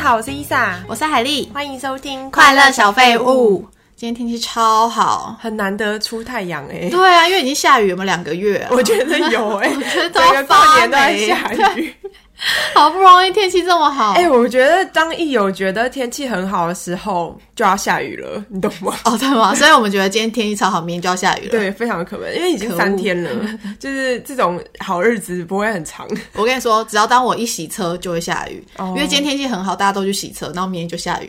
好，我是伊莎，我是海丽，欢迎收听《快乐小废物。今天天气超好，很难得出太阳哎、对啊，因为已经下雨有没有两个月啊、 我觉得有哎、 我觉得都整个过年都在发霉下 雨。好不容易天气这么好，哎、我觉得当一有觉得天气很好的时候，就要下雨了，你懂 吗？哦对吗？所以我们觉得今天天气超好，明天就要下雨了。，对，非常的可悲，因为已经可恶三天了，就是这种好日子不会很长。我跟你说，只要当我一洗车就会下雨，哦因为今天天气很好，大家都去洗车，然后明天就 下雨，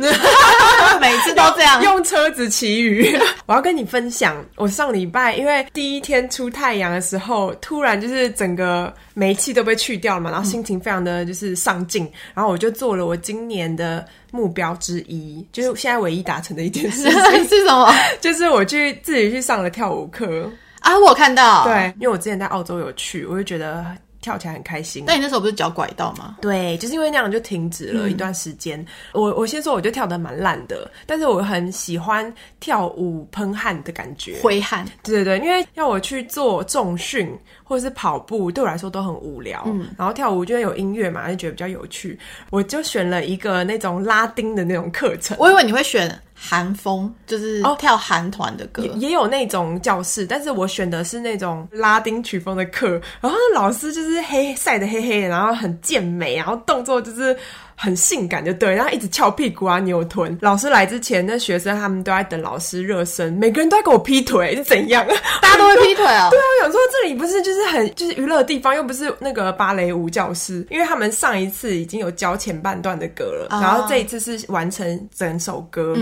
每次都哦这 样。用车子骑雨。 我要跟你分享，我上礼拜因为第一天出太阳的时候，突然就是整个煤气都被去掉了嘛，然后心情非常的就是上进，然后我就做了我今年的目标之一，就是现在唯一达成的一件事， 是什么就是我去自己去上了跳舞课。啊？我有看到，，对，因为我之前在澳洲有去，我就觉得跳起来很开心。啊但你那时候不是脚拐到吗？对，就是因为那样就停止了一段时间。我我先说，我就跳的蛮烂的，但是我很喜欢跳舞喷汗的感觉。挥汗，对对对，因为要我去做重训或者是跑步，对我来说都很无聊。然后跳舞就会有音乐嘛，就觉得比较有趣。我就选了一个那种拉丁的那种课程。我以为你会选韩风，就是哦跳韩团的歌。也也有那种教室，但是我选的是那种拉丁曲风的课，然后老师就是黑晒得黑黑的，然后很健美，然后动作就是很性感，就对，然后一直翘屁股啊、扭臀。老师来之前，那学生他们都在等老师热身，每个人都在给我劈腿，是怎样？ 大家都会劈腿 哦。对啊我想说，这里不是就是很就是娱乐的地方，又不是那个芭蕾舞教室，因为他们上一次已经有教前半段的歌了，啊然后这一次是完成整首歌。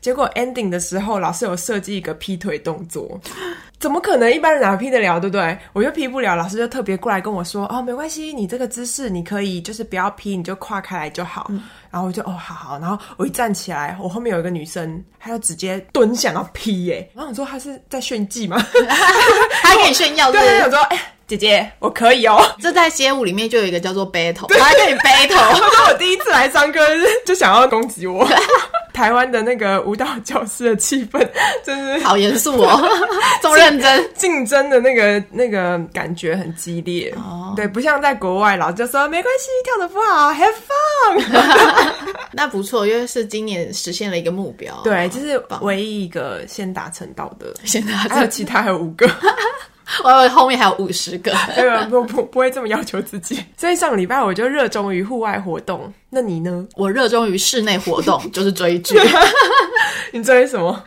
结果 ending 的时候，老师有设计一个劈腿动作，怎么可能一般人哪劈得了，对不对？我就劈不了，老师就特别过来跟我说，哦，没关系，你这个姿势你可以就是不要劈，你就跨开来就好。然后我就哦，好好。然后我一站起来，我后面有一个女生，她就直接蹲下然后劈耶、然后我说她是在炫技吗？ 还可以炫耀，对不对，对想说，哎、姐姐，我可以哦。这在街舞里面就有一个叫做 battle，我还跟你 battle，我说我哦第一次来上课， 就想要攻击 我。台湾的那个舞蹈教室的气 氛，真是好严肃 哦，这么认真。竞争的那个那个感觉很激烈。哦对，不像在国外，老师就说没关系，跳的不好，have fun。那不错，因为是今年实现了一个目标。对，这是唯一一个先达成到的。现在还有这，其他还有五 个，我以为后面还有五十个。没有不不不会这么要求自己。所以上个礼拜我就热衷于户外活动，那你呢？我热衷于室内活动，就是追剧， 你追什么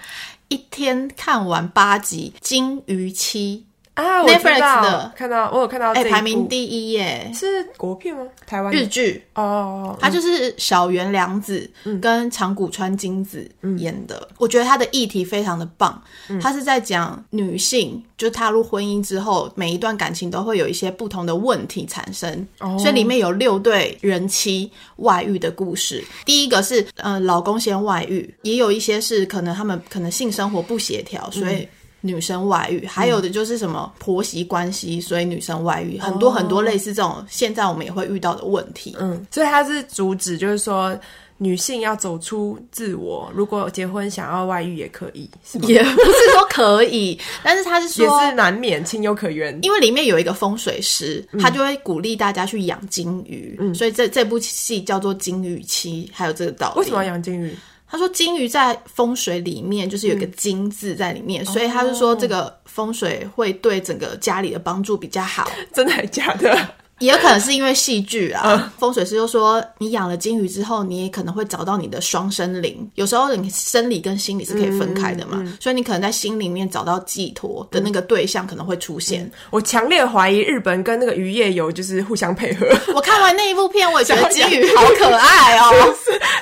一天看完八集《金鱼妻啊？我知 Netflix 道的，看到我有看到》，这哎，一排部名第一耶，是国片吗？台湾的日剧。哦，嗯他就是小原良子跟长谷川京子演的，我觉得他的议题非常的棒。嗯他是在讲女性就踏入婚姻之后，每一段感情都会有一些不同的问题产生，哦所以里面有六对人妻外遇的故事。第一个是呃老公先外遇，也有一些是可能他们可能性生活不协调，嗯所以。女生外遇，还有的就是什么婆媳关系，所以女生外遇，很哦多很多类似这种，现在我们也会遇到的问题。嗯，所以它是主旨就是说女性要走出自我，如果结婚想要外遇也可以，是 吗？也不是说可以，但是他是也说，是难免，情有可原。因为里面有一个风水师，嗯他就会鼓励大家去养金鱼，所以这这部戏叫做《金鱼期》，还有这个道理。为什么要养金鱼？他说金鱼在风水里面就是有嗯一个金字在里哦面，所以他就说这个风水会对整个家里的帮助比较好。真的还假的？也有可能是因为戏剧啊。风水师就说，你养了金鱼之后，你也可能会找到你的双生灵。有时候你生理跟心理是可以分开的嘛，所以你可能在心里面找到寄托的那个对象可能会出现。我强烈怀疑日本跟那个渔业游就是互相配合， 我看完那一部片，我也觉得想金要养鱼好可爱 哦。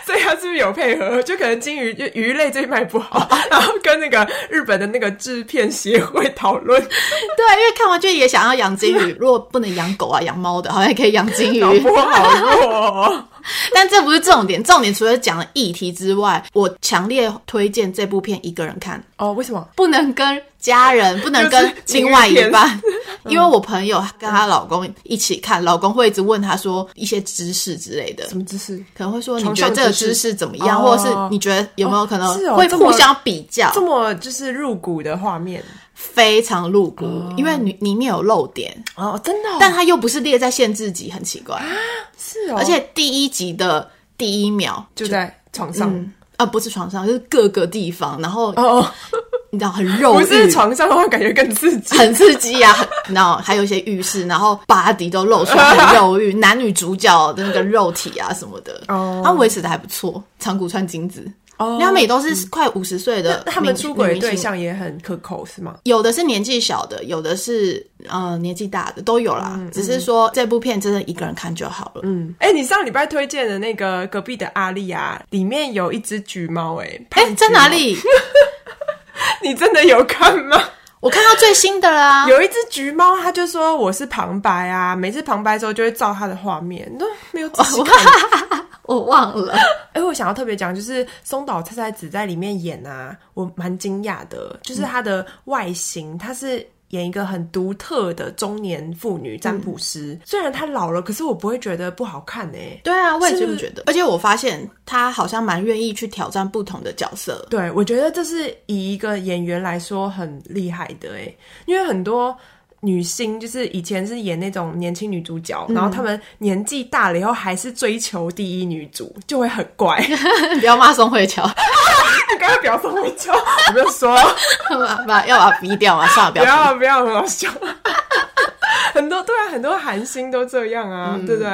所以它是不是有配合？就可能金鱼就鱼类最卖不 好，然后跟那个日本的那个制片协会讨论，对，因为看完就也想要养金鱼。如果不能养狗啊、养猫的，好像也可以养 金脑鱼。波好弱、 哦。但这不是重点，重点除了讲了议题之外，我强烈推荐这部片一个人看。哦，为什么？不能跟家 人，不能就跟是情另侣外一片半， 因为我朋友跟她老公一起看，老公会一直问她说一些知识之类的，什么姿势？可能会说你床觉得上这个知知识识怎么样，哦或者是你觉得有没有可哦是能哦会这么互相比较，这么就是入骨的画面非常露骨，哦因为你里面有漏点，哦，真的、哦，但它又不是列在限制级，很奇怪，是哦，而且第一集的。第一秒就在床上，嗯啊，不是床上，就是各个地方，然后哦，你知道很肉 不是欲，床上的话，感觉更刺激。很刺激啊，很然后还有一些浴室，然后巴迪都露出很肉欲，男女主角的那个肉体啊什么的，哦他维持的还不错，长谷川京子，因哦为他们也都是快五十岁的 他们明出轨的女对明星象也很可口，是吗？有的是年纪小的，有的是呃年纪大的，都有啦。只是说这部片真的一个人看就好了。嗯，哎、你上礼拜推荐的那个隔壁的阿丽啊，里面有一只橘猫、哎，哎、胖橘在哪猫？里？ 你真的有看吗？我看到最新的啦。 有一只橘猫，它就说我是旁白啊，每次旁白的时候就会照它的画面，那没有仔细看。我忘了，哎、我想要特别讲，就是松岛菜菜子在里面演啊，我蛮惊讶的，就是她的外形，她是。演一个很独特的中年妇女占卜师，虽然她老了，可是我不会觉得不好看哎、对啊，我也是这么觉得。而且我发现他好像蛮愿意去挑战不同的角色。 对，我觉得这是以一个演员来说很厉害的哎、因为很多女星就是以前是演那种年轻女主角，然后她们年纪大了以后还是追求第一女主，就会很怪。不要骂宋慧乔，刚刚表示会叫，我没有说，把 把要把它逼掉嘛，算了，不不要逼。要不要，很好笑。很多对啊，很多韩星都这样啊，对不对？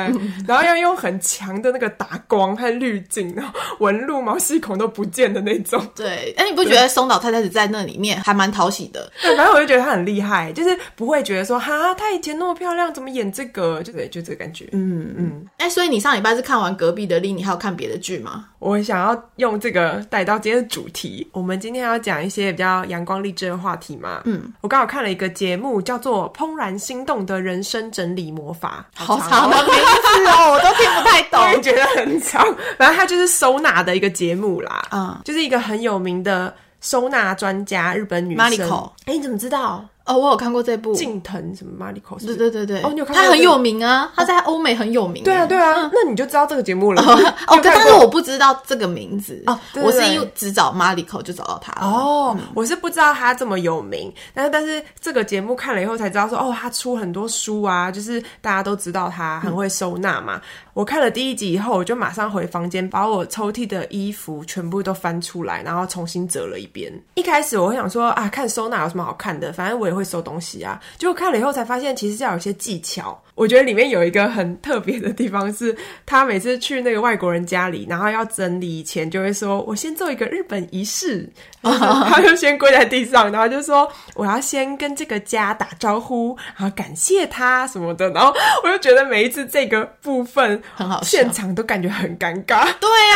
然后要用很强的那个打光和滤镜，然后纹路、毛细孔都不见的那种。对，哎，你不觉得松岛太太子在那里面还蛮讨喜的？ 对，反正我就觉得她很厉害，就是不会觉得说哈，她以前那么漂亮，怎么演这个？就对，就这个感觉。嗯，哎，所以你上礼拜是看完隔壁的丽，你还有看别的剧吗？ 我想要用这个带到今天的主题。我们今天要讲一些比较阳光励志的话题嘛。嗯，我刚好看了一个节目，叫做《怦然心动的人生整理魔法》，好哦长的名字哦，我都听不太我也懂。觉得很长。反正它就是收纳的一个节目啦，嗯，就是一个很有名的收纳专家，日本女生。 Mariko 哎、你怎么知道？哦，我有看过这部，近藤什么 Mariko？是不对是对对对，哦你有看过他这很个哦有名啊，他在欧美很有名。欸对啊，对啊，那你就知道这个节目了。嗯 你哦，有看过但是我不知道这个名字哦对对我是对因为只找 Mariko 就找到他了。哦，我是不知道他这么有名，但是但是这个节目看了以后才知道说，哦，他出很多书啊，就是大家都知道他很会收纳嘛。我看了第一集以后，我就马上回房间，把我抽屉的衣服全部都翻出来，然后重新折了一遍。一开始我会想说啊，看收纳有什么好看的，反正我也会收东西啊。结果看了以后才发现，其实要有一些技巧。我觉得里面有一个很特别的地方是，他每次去那个外国人家里，然后要整理以前，就会说：“我先做一个日本仪式。”然后 他就先跪在地上，然后就说：“我要先跟这个家打招呼，然后感谢他什么的。”然后我就觉得每一次这个部分很好笑现场都感觉很尴尬，对 啊，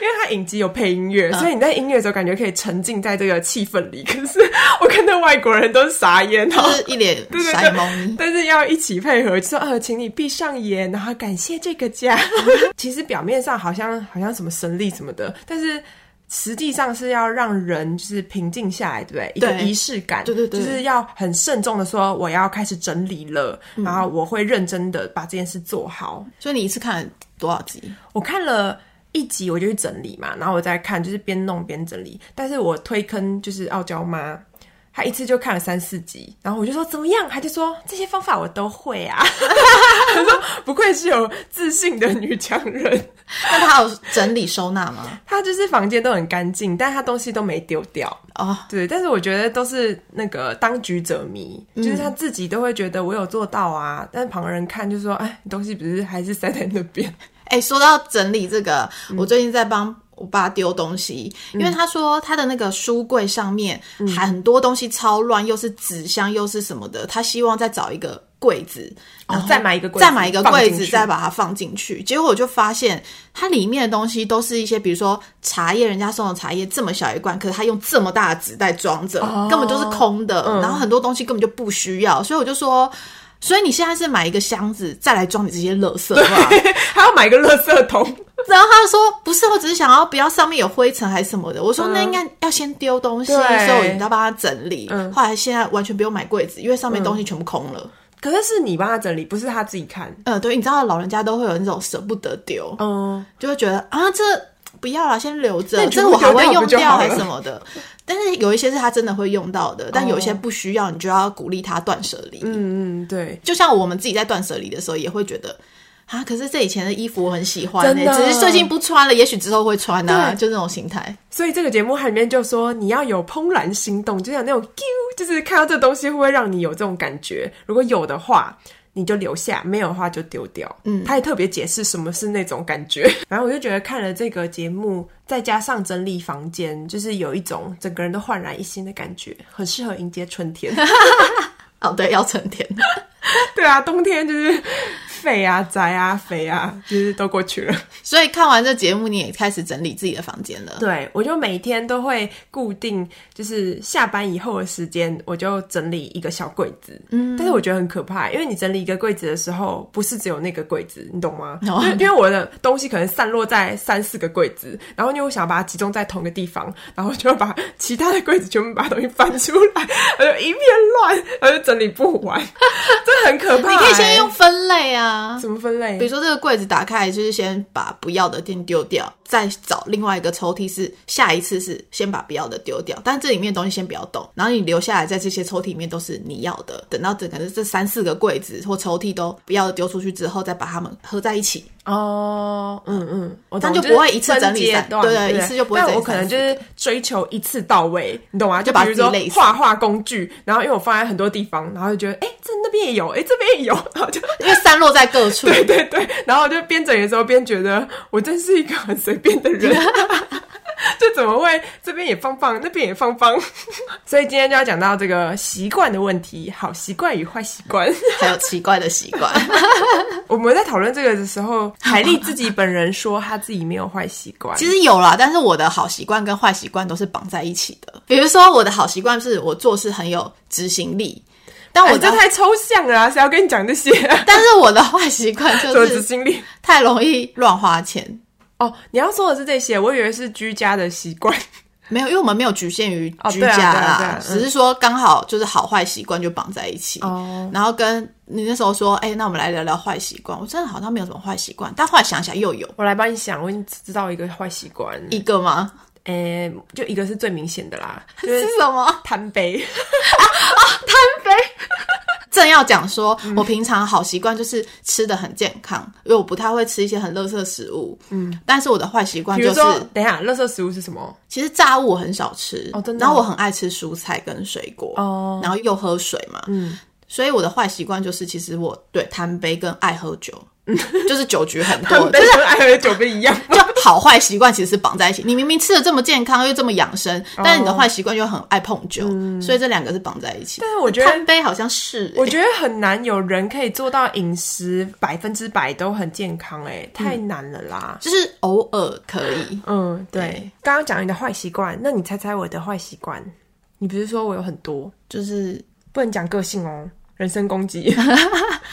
因为他影集有配音乐，嗯所以你在音乐的时候感觉可以沉浸在这个气氛里。可是我看到外国人都是傻眼，然后就是一脸对傻对眼猫咪对，。但是要一起配合，就说呃，请你闭上眼，然后感谢这个 家。 其实表面上好像好像什么神力什么的，但是。实际上是要让人就是平静下来，对不对？一个对仪式感，对对对就是要很慎重的说我要开始整理了，嗯然后我会认真的把这件事做好。所以你一次看了多少集？我看了一集，我就去整理嘛，然后我再看，就是边弄边整理。但是我推坑就是傲娇妈，她一次就看了三四集，然后我就说怎么样，她就说这些方法我都会啊。 她说不愧是有自信的女强人，那他有整理收纳吗？她就是房间都很干净，但她东西都没丢掉。哦，对，但是我觉得都是那个当局者迷，就是他自己都会觉得我有做到啊，但是旁人看就说，哎，你东西不是还是塞在那边？哎、说到整理这个，嗯我最近在帮我爸丢东西，因为他说他的那个书柜上面嗯很多东西超乱，又是纸箱又是什么的，他希望再找一个柜子，然后哦再买一个柜子再买一个柜放子，进去再把它放进去。结果我就发现，它里面的东西都是一些，比如说茶叶，人家送的茶叶这么小一罐，可是他用这么大的纸袋装着，哦根本就是空的，嗯然后很多东西根本就不需要，所以我就说。所以你现在是买一个箱子再来装你这些垃圾 吧？还要买一个垃圾桶。然后他就说：“不是，我只是想要不要上面有灰尘还是什么的。”我说：“那应该要先丢东西，嗯对嗯所以我一定要帮他整理。后来现在完全不用买柜子，因为上面东西全部空了。可是是你帮他整理，不是他自己看。嗯、对，你知道老人家都会有那种舍不得丢，嗯，就会觉得啊，这不要了，先留那着，你这全个部我还会丢掉用不就掉好了还是什么 的。但是有一些是他真的会用到的，但有一些不需要，你就要鼓励他断舍离。哦嗯嗯，对，就像我们自己在断舍离的时候，也会觉得啊，可是这以前的衣服我很喜欢、欸，真的只是最近不穿了，也许之后会穿啊，对就这种心态。所以这个节目它里面就说你要有怦然心动，就像那种啾，就是看到这东西会不会让你有这种感觉？如果有的话。你就留下，没有的话就丢掉。嗯，他也特别解释什么是那种感觉。然后我就觉得看了这个节目，再加上整理房间，就是有一种整个人都焕然一新的感觉，很适合迎接春天。 哦，对，要成天。对啊，冬天就是废啊、宅啊、肥啊，就是都过去了。 所以看完这节目，你也开始整理自己的房间了。对，我就每天都会固定，就是下班以后的时间，我就整理一个小柜子。嗯，但是我觉得很可怕，因为你整理一个柜子的时候，不是只有那个柜子，你懂吗？哦因为因为我的东西可能散落在三四个柜子，然后因为我想把它集中在同一个地方，然后就会把其他的柜子全部把东西翻出来，我就一片乱，我就整理不完， 这很可怕、你可以先欸用分类啊，怎么分类？比如说这个柜子打开，就是先把不要的先丢掉，再找另外一个抽屉是下一次是先把不要的丢掉，但这里面的东西先不要动，然后你留下来在这些抽屉里面都是你要的，等到整个这三四个柜子或抽屉都不要的丢出去之后，再把它们合在一起。哦，嗯嗯，我但懂就不会是一次整理分阶散段对对对一次就不会但整理我可能散就是追求一次到位，你懂吗？就就把比如自己说累死画画工具，然后因为我放在很多地方，然后就觉得哎、诶这那边也有，哎、这边也有，然后就 因为散落在各 处，对对对，然后我就边整理的时候边觉得我真是一个很随便的 人。就怎么会这边也放放，那边也放 放，所以今天就要讲到这个习惯的问题，好习惯与坏习惯。 还有奇怪的习惯。我们在讨论这个的时候，海丽自己本人说她自己没有坏习惯，其实有啦，但是我的好习惯跟坏习惯都是绑在一起的。比如说，我的好习惯是我做事很有执行力，但哎我你的、这太抽象了、啊，谁要跟你讲 这些、啊？但是我的坏习惯什么就执是行力？太容易乱花钱。哦，你要说的是这些，我以为是居家的习惯。没有，因为我们没有局限于哦居对啊家对啊对啦啊，嗯只是说刚好就是好坏习惯就绑在一起。哦，然后跟你那时候说，哎、那我们来聊聊坏习惯。我真的好像没有什么坏习惯，但后来想想又有 我来帮你想，我已经知道一个坏习惯，一个吗？诶、就一个是最明显的啦，就是是 什么？贪杯。正要讲说，嗯我平常好习惯就是吃的很健康，因为我不太会吃一些很垃圾食物。嗯，但是我的坏习惯比就如是，说，等一下，垃圾食物是什么？其实炸物我很少吃，哦真的哦然后我很爱吃蔬菜跟水果， 哦然后又喝水嘛，嗯，所以我的坏习惯就是，其实我对贪杯跟爱喝酒，就是酒局很多嗯 贪，杯跟爱喝酒不一样。就好坏习惯其实是绑在一起。你明明吃的这么健康又这么养生，哦但是你的坏习惯又很爱碰酒，所以这两个是绑在一 嗯起。但是我觉 得贪杯好像是、欸我觉得很难有人可以做到饮食百分之百都很健康、诶，太难了啦。就是偶尔可以。嗯，对对。刚刚讲你的坏习惯，那你猜猜我的坏习惯？你不是说我有很多？就是不能讲个性哦，人身攻击。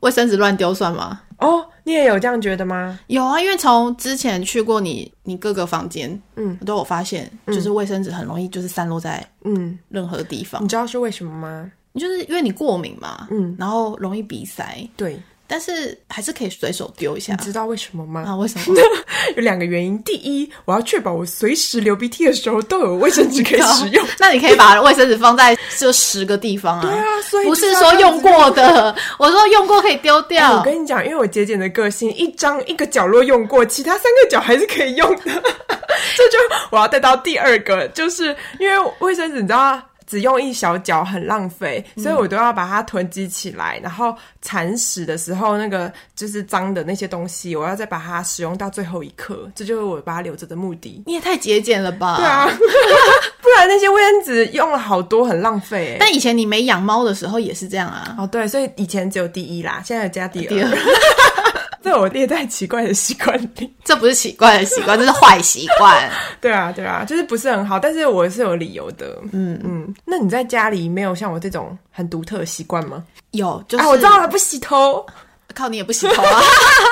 卫生纸乱丢算吗？哦，你也有这样觉得吗？有啊，因为从之前去过你你各个房间，嗯，都有发现，就是卫生纸很容易就是散落在嗯，任何地方你，知道是为什么吗？你就是因为你过敏嘛，嗯，然后容易鼻塞，对，但是还是可以随手丢一下你知道为什么吗？ 啊？为什么？ 有两个原因。第一，我要确保我随时流鼻涕的时候都有卫生纸可以使用。那哦你可以把卫生纸放在就十个地方啊，对啊所以不就是是要说这样用子哎过的，我说用过可以丢掉。哦我跟你讲，因为我节俭的个性，一张一个角落用过，其他三个角还是可以用的。 这就我要带到第二个，就是因为卫生纸，你知道。只用一小角很浪费，所以我都要把它囤积起来，然后铲屎的时候，那个就是脏的那些东西，我要再把它使用到最后一刻，这就是我把它留着的目的。你也太节俭了吧？ 对啊， 不然那些卫生纸用了好多，很浪费、欸。但以前你没养猫的时候也是这样啊。哦，对，所以以前只有第一啦，现在有加第第二，二， 这我列在奇怪的习惯里。这不是奇怪的习惯，这是坏习惯。对啊，对啊，就是不是很好，但是我是有理由的。嗯嗯，那你在家里没有像我这种很独特的习惯吗？ 有，就是、啊，我知道了，不洗头。靠你也不洗头啊。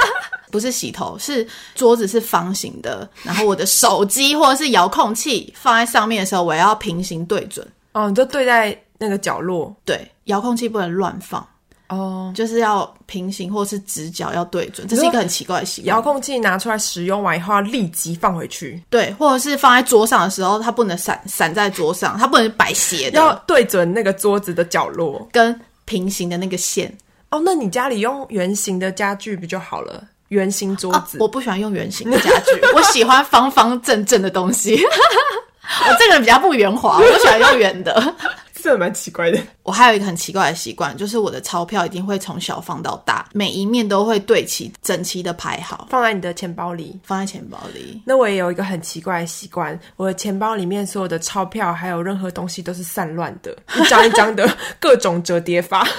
不是洗头，是桌子是方形的，然后我的手机或者是遥控器放在上面的时候，我要平行对准。哦，你就对在那个角落。对，遥控器不能乱放，哦，就是要平行或是直角要对准，这是一个很奇怪的习遥惯。控器拿出来使用完以后，要立即放回去，对，或者是放在桌上的时候，它不能散散在桌上，它不能摆斜要的，对准那个桌子的角落。跟平行的那个线。哦，那你家里用圆形的家具不就好了？圆形桌啊，子，我不喜欢用圆形的家具， 我喜欢方方正正的东西。 我这个人比较不圆滑，我喜欢用圆的。 这蛮奇怪的。我还有一个很奇怪的习惯，就是我的钞票一定会从小放到大，每一面都会对齐、整齐的排好，放在你的钱包里。放在钱包里。那我也有一个很奇怪的习惯，我的钱包里面所有的钞票还有任何东西都是散乱的， 一张一张的各种折叠法。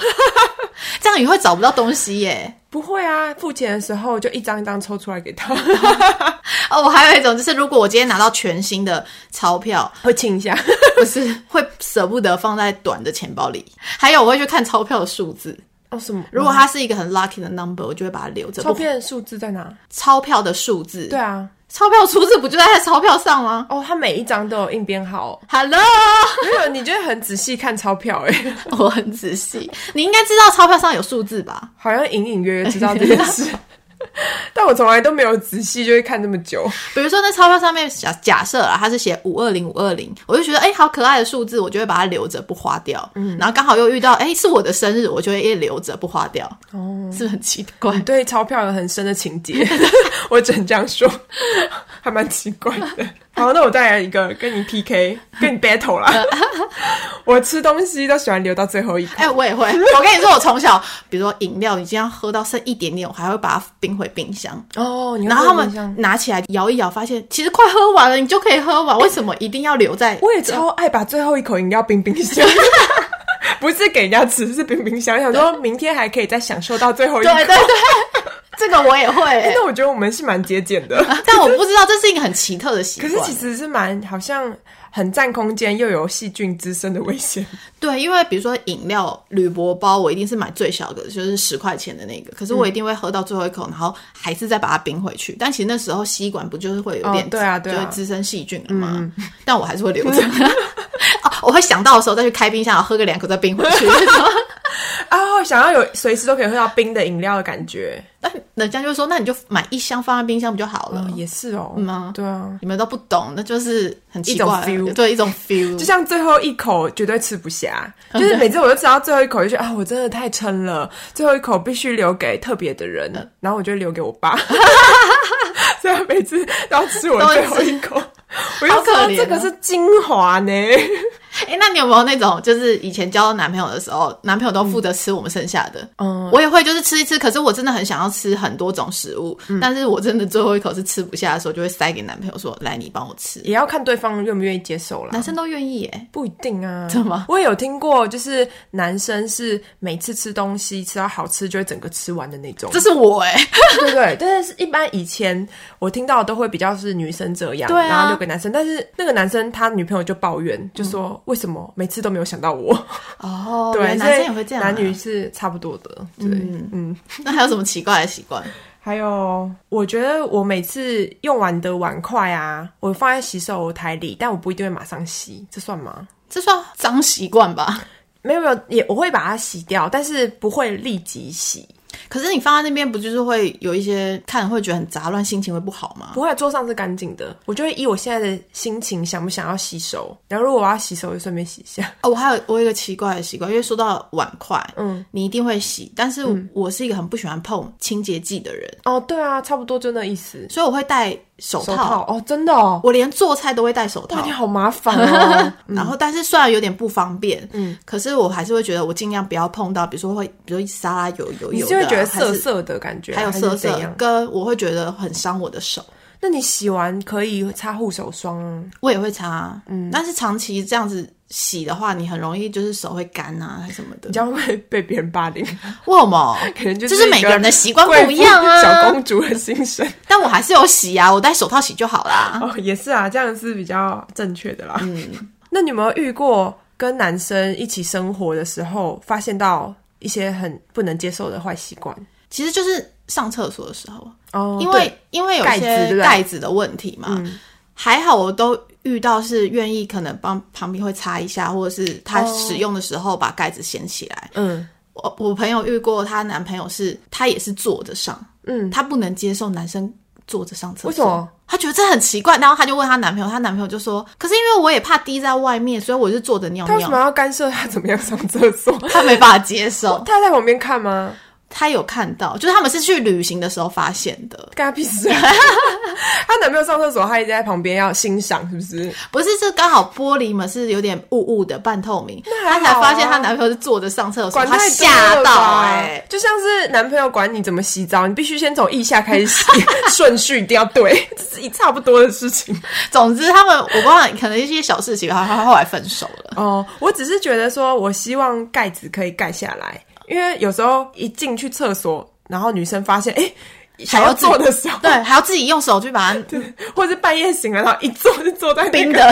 这样也会找不到东西耶。不会啊，付钱的时候就一张一张抽出来给他， 哦，我还有一种就是，如果我今天拿到全新的钞票，会亲一下。不是会舍不得放在短的钱包里。 还有，我会去看钞票的数字。哦，什么？如果它是一个很 lucky 的 number，我就会把它留着。钞不票的数字在哪？钞票的数字，对，啊，钞票数字不就在它钞票上吗哦，它每一张都有印编号哦。 ？Hello，没有，你就会很仔细看钞票哎、 我很仔细，你应该知道钞票上有数字吧？ 好像隐隐约约知道这件事， 但我从来都没有仔细就会看这么久。比如说那钞票上面假假设啊，它是写五二零五二零，我就觉得哎、好可爱的数字，我就会把它留着不花掉。嗯，然后刚好又遇到哎、是我的生日，我就会也留着不花掉。哦，是不是很奇怪？ 对钞票有很深的情结， 我只能这样说，还蛮奇怪的。好，那我再来一个跟你 PK，跟你 battle 啦。我吃东西都喜欢留到最后一口，哎、我也会。我跟你说，我从小，比如说饮料，你今天喝到剩一点点，我还会把它冰回冰箱。哦，你然后他们拿起来摇一摇，发现其实快喝完了，你就可以喝完。为什么一定要留在？我也超爱把最后一口饮料冰冰箱， 不是给人家吃，是冰冰箱。想说明天还可以再享受到最后一口。对对对， 这个我也会、 哎那我觉得我们是蛮节俭 的，但我不知道这是一个很奇特的习可惯。是其实是蛮好像很占空间，又有细菌滋生的危险。对，因为比如说饮料铝箔包，我一定是买最小的，就是十块钱的那个。可是嗯我一定会喝到最后一口，然后还是再把它冰回去。但其实那时候吸管不就是会有点、哦对啊嗯对啊就会滋生细菌了吗？ 但我还是会留着。 哦，我会想到的时候再去开冰箱，然后喝个两口再冰回去。 哦，想要有随时都可以喝到冰的饮料的感觉，那人家就说，那你就买一箱放在冰箱不就好了？哦，也是哦，嗯啊对啊，你们都不懂，那就是很奇一种怪， feel 对一种 feel，就像最后一口绝对吃不下，哦就是每次我就吃到最后一口就觉得啊，我真的太撑了，最后一口必须留给特别的人，嗯然后我就留给我 爸，所以他每次都要吃我最后一口。我就好可说怜哦这个是精华呢， 哎、那你有没有那种，就是以前交男朋友的时候，男朋友都负责吃我们剩下的？嗯，我也会，就是吃一吃。可是我真的很想要吃很多种食物，但是我真的最后一口是吃不下的时候，就会塞给男朋友说：“来，你帮我吃。也要看对方愿不愿意接受啦男。生都愿意耶，不一定啊，真的吗？我也有听过，就是男生是每次吃东西吃到好吃就会整个吃完的那种 这，是我哎，对对， 但是一般以前我听到的都会比较是女生这样，对啊然后留给男生。但是那个男生他女朋友就抱怨，就说、为什么每次都没有想到我？ 哦，原 对，来男生也会这样啊、男女是差不多的。对，嗯。那还有什么奇怪的习惯？还有，我觉得我每次用完的碗筷啊，我放在洗手台里，但我不一定会马上洗，这算吗？这算脏习惯吧？ 没有没有，也我会把它洗掉，但是不会立即洗。可是你放在那边，不就是会有一些看会觉得很杂乱，心情会不好吗？不会，桌上是干净的。我就会依我现在的心情，想不想要洗手。然后如果我要洗手，就顺便洗一下。哦，我还有我有一个奇怪的习惯，因为说到碗筷，嗯，你一定会洗，但是嗯我是一个很不喜欢碰清洁剂的人，哦，对啊，差不多就那意思。所以我会戴手手套，套哦，真的哦，我连做菜都会戴手哇，套你。好麻烦 哦。然后，但是虽然有点不方便，嗯，可是我还是会觉得我尽量不要碰到，比如说会，比如说沙拉油油你油是的会啊，觉得还涩是涩的感觉，还有是涩怎涩样，？跟我会觉得很伤我的手，那你洗完可以擦护手霜啊。我也会擦啊，嗯，但是长期这样子洗的话，你很容易就是手会干啊，还是什么的你。这样会被别人霸凌， 为什么？可能就就是一每个个人的习惯贵不妇一样啊小公主的心声 但我还是有洗啊，我戴手套洗就好啦。哦，也是啊，这样是比较正确的啦。嗯，那你有没有遇过跟男生一起生活的时候，发现到一些很不能接受的坏习惯？其实就是上厕所的时候，哦因为因为有一盖子对不些对嗯盖子的问题嘛，还好我都遇到是愿意可能帮旁边会擦一下，或者是他哦使用的时候把盖子掀起来。嗯，我我朋友遇过，她男朋友是他也是坐着上，嗯，他不能接受男生坐着上厕所，为什么？她觉得这很奇怪，然后她就问她男朋友，她男朋友就说：“可是因为我也怕滴在外面，所以我是坐着尿他为什么尿。 要干涉他怎么样上厕所”？他没办法接受，他在旁边看吗？他有看到，就是他们是去旅行的时候发现的，干他屁事、 啊！她男朋友上厕所，她一直在旁边要欣赏，是不是？不是这刚好玻璃门是有点雾雾的半透明，还她好才啊发现她男朋友是坐着上厕所，管她太多吓了到吧哎、就像是男朋友管你怎么洗澡，你必须先从腋下开始 洗，顺序一定要对，这是一差不多的事情。总之，他们我不知道，可能一些小事情，然后他后来分手 了。哦，我只是觉得说，我希望盖子可以盖下来，因为有时候一进去厕所，然后女生发现，哎、想要自己坐的时候，对，还要自己用手去把它或者是半夜醒来，然后一坐就坐在、那个冰的。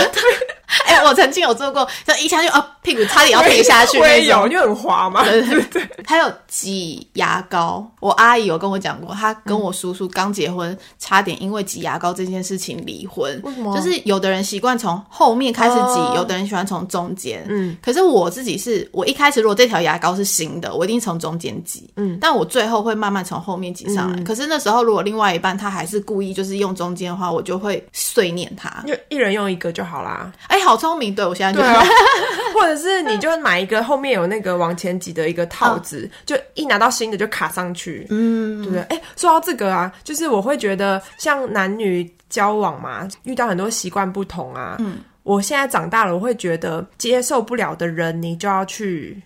哎、我曾经有做过，就一下去啊，屁股差点要跌下去我也那有，因种。为很滑嘛。对对对，还有挤牙膏，我阿姨有跟我讲过，她跟我叔叔刚结婚，差点因为挤牙膏这件事情离婚。为什么就是有的人习惯从后面开始挤，哦有的人喜欢从中间。嗯，可是我自己是我一开始如果这条牙膏是新的，我一定从中间挤。嗯，但我最后会慢慢从后面挤上来。嗯可是那时候如果另外一半他还是故意就是用中间的话，我就会碎念他。 就一人用一个就好啦，哎、好聪明！对我现在就对啊， 或者是你就买一个后面有那个往前挤的一个套子，就一拿到新的就卡上去，嗯，对不对？哎、说到这个啊，就是我会觉得像男女交往嘛，遇到很多习惯不同啊，嗯，我现在长大了，我会觉得接受不了的人，你就要去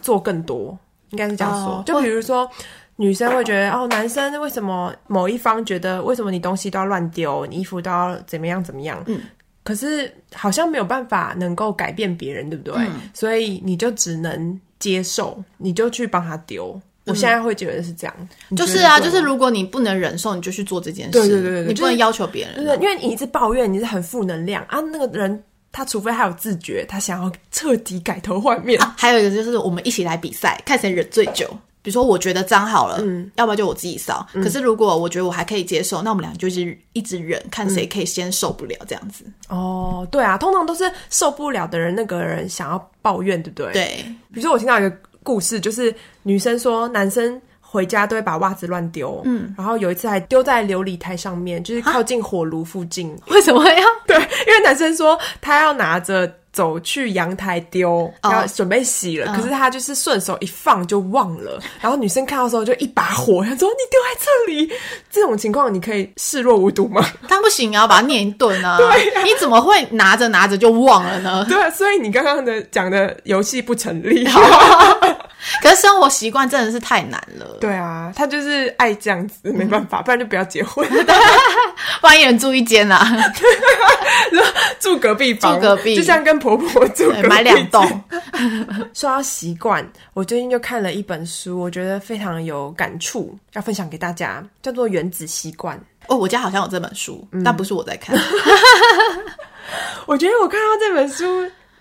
做更多，应该是这样说，哦就比如说。女生会觉得哦，男生为什么某一方觉得为什么你东西都要乱丢，你衣服都要怎么样怎么样？可是好像没有办法能够改变别人，对不对？所以你就只能接受，你就去帮他丢。我现在会觉得是这样，你 就是觉得啊，对就吗是如果你不能忍受，你就去做这件事。对对对对对你就不是能要求别人。对，因为你一直抱怨，你是很负能量啊。那个人他除非他有自觉，他想要彻底改头换面，啊，还有一个就是我们一起来比赛，看谁忍最久。比如说，我觉得脏好了，要不然就我自己扫。可是如果我觉得我还可以接受，那我们俩就是一直忍，看谁可以先受不了这样子。哦，对啊，通常都是受不了的人，那个人想要抱怨，对不对？。对，比如说我听到一个故事，就是女生说男生回家都会把袜子乱丢，嗯，然后有一次还丢在琉璃台上面，就是靠近火炉附近，为什么要？ 对，因为男生说他要拿着走去阳台丢，哦嗯要准备洗了，可是他就是顺手一放就忘了，然后女生看到的时候就一把火，她说你丢在这里，这种情况你可以视若无 睹吗？当然不行啊，把它念一顿 啊！你怎么会拿着拿着就忘了呢？ 对，所以你刚刚的讲的游戏不成立。可是生活习惯真的是太难了，对啊，他就是爱这样子，没办 法，不然就不要结婚，万一人住一间啊。 住隔壁房，住隔壁就像跟婆婆住隔对，壁买两栋。说到习惯，我最近就看了一本书，我觉得非常有感触，要分享给大家，叫做《原子习惯》。哦，我家好像有这本书，但嗯不是我在 看。 我觉得我看到这本书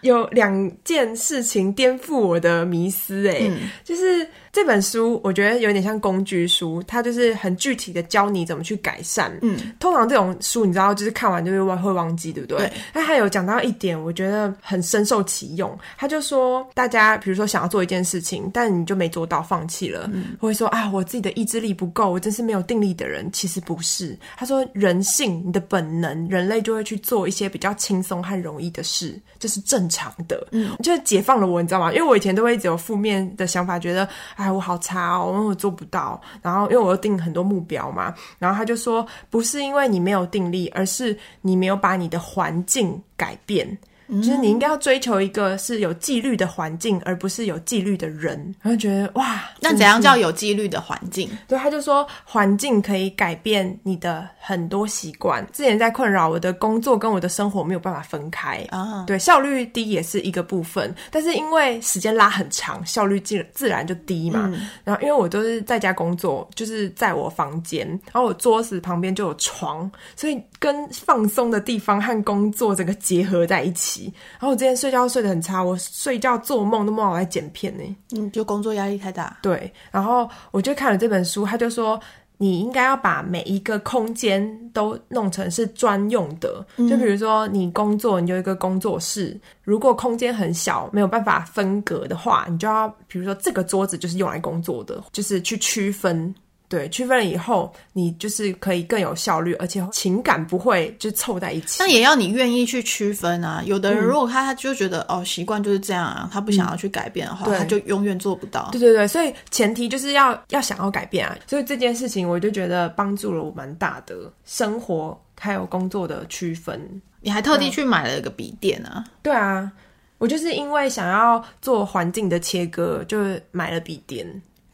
有两件事情颠覆我的迷思、哎、就是这本书我觉得有点像工具书，它就是很具体的教你怎么去改善。嗯，通常这种书你知道，就是看完就是忘会忘记，对不对？对那他有讲到一点，我觉得很深受其用。他就说，大家比如说想要做一件事情，但你就没做到，放弃了，会说啊，我自己的意志力不够，我真是没有定力的人。其实不是，他说人性，你的本能，人类就会去做一些比较轻松和容易的事，这是正常的。嗯，就是解放了我，你知道吗？因为我以前都会一直有负面的想法，觉得哎，我好差哦，我做不到。然后因为我又定很多目标嘛，然后他就说，不是因为你没有定力，而是你没有把你的环境改变。就是你应该要追求一个是有纪律的环境，而不是有纪律的人。然后觉得哇，那怎样叫有纪律的环境？对，他就说环境可以改变你的很多习惯。之前在困扰我的工作跟我的生活没有办法分开啊对，效率低也是一个部分，但是因为时间拉很长，效率自自然就低嘛。然后因为我都是在家工作，就是在我房间，然后我桌子旁边就有床，所以跟放松的地方和工作整个结合在一起。然后我之前睡觉睡得很差，我睡觉做梦都梦到我在剪片呢、嗯，就工作压力太大。对，然后我就看了这本书，他就说。你应该要把每一个空间都弄成是专用的，就比如说你工作，你有一个工作室，如果空间很小，没有办法分隔的话，你就要比如说这个桌子就是用来工作的，就是去区分对，区分了以后，你就是可以更有效率，而且情感不会就凑在一起。但也要你愿意去区分啊。有嗯的人如果他他就觉得、哦习惯就是这样啊，他不想要去改变的话，对他就永远做不到。对对对，所以前提就是要要想要改变啊。所以这件事情，我就觉得帮助了我蛮大的生活还有工作的区分。你还特地去买了一个笔电啊，对啊，我就是因为想要做环境的切割，就买了笔电。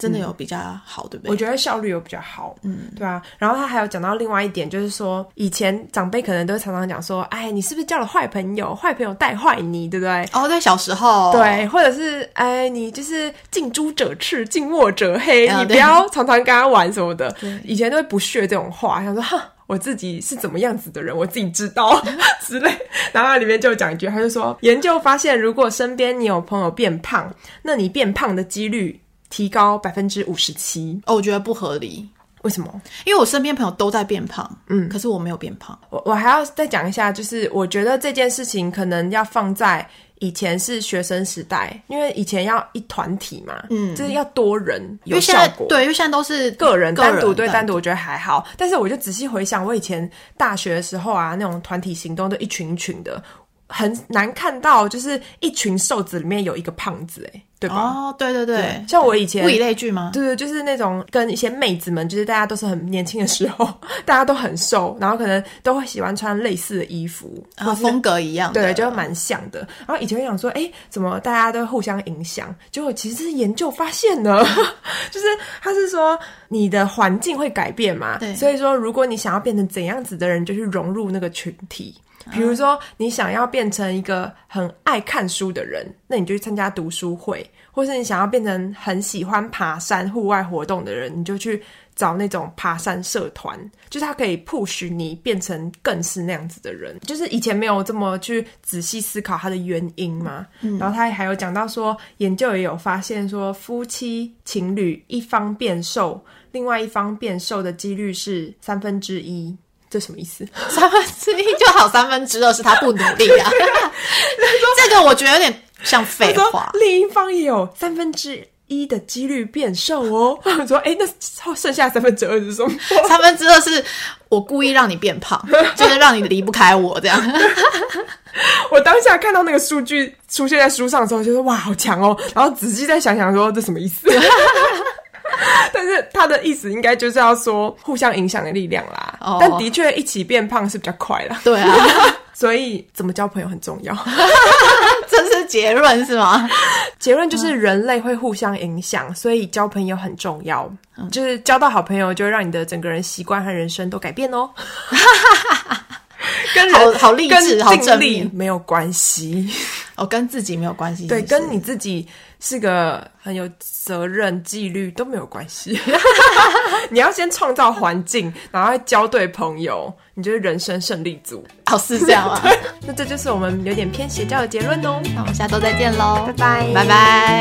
真的有比较好，对不我觉对？得效率有比较好，嗯，对啊。然后他还有讲到另外一点，就是说以前长辈可能都常常讲说，哎，你是不是交了坏朋友？坏朋友带坏你，对不对？哦，在小时候，，对，或者是哎，你就是近朱者赤，近墨者黑，啊你不对要常常跟他玩什么的。以前都会不屑这种话，想说哈，我自己是怎么样子的人，我自己知道 之类。然后他里面就讲一句，他就说，研究发现，如果身边你有朋友变胖，那你变胖的几率提高百分之五十七。哦，我觉得不合理，为什么？因为我身边朋友都在变胖，嗯，可是我没有变胖。我我还要再讲一下，就是我觉得这件事情可能要放在以前是学生时代，因为以前要一团体嘛，嗯，就是要多人因有为现效在果。对，因为现在都是个人单独对对单独，我觉得还好。但是我就仔细回想，我以前大学的时候啊，那种团体行动都一群一群的，很难看到就是一群瘦子里面有一个胖子、欸，哎，对吧？哦，对对对，像我以前物以类聚吗？对对，就是那种跟一些妹子们，就是大家都是很年轻的时候，大家都很瘦，然后可能都会喜欢穿类似的衣服，然后啊风格一样的，对，就 蛮像的。然后以前会想说，哎，怎么大家都互相影响？结果其实是研究发现呢， 就是他是说你的环境会改变嘛，对所以说如果你想要变成怎样子的人，就去融入那个群体。比如说，你想要变成一个很爱看书的人，那你就去参加读书会；或是你想要变成很喜欢爬山、户外活动的人，你就去找那种爬山社团，就是它可以 push 你变成更是那样子的人。就是以前没有这么去仔细思考它的原因嘛。然后他还有讲到说，研究也有发现说，夫妻情侣一方变瘦，另外一方变瘦的几率是三分之一。这什么意思？三分之一就好，三分之二是他不努力啊。 这个我觉得有点像废说话，另一方也有三分之一的几率变瘦哦。 我说，哎，那剩下三分之二是什么？三分之二是我故意让你变胖，就是让你离不开我这样。 我当下看到那个数据出现在书上的时候，就说哇，好强哦！然后仔细再想想说这什么意 思。但是他的意思应该就是要说互相影响的力量啦。哦但的确一起变胖是比较快 啦，对啊， 所以怎么交朋友很重要。这是结论是吗？结论嗯就是人类会互相影响，所以交朋友很重要。嗯就是交到好朋友，就会让你的整个人习惯和人生都改变 哦。跟人好好励跟志好定正力面没有关系。哦，跟自己没有关系。对，是不是跟你自己是个很有责任、纪律都没有关系。 你要先创造环境，然后再交对朋友，你就是人生胜利组。哦是这 样啊。那这就是我们有点偏邪教的结论哦。那我们下周再见喽拜，拜拜拜。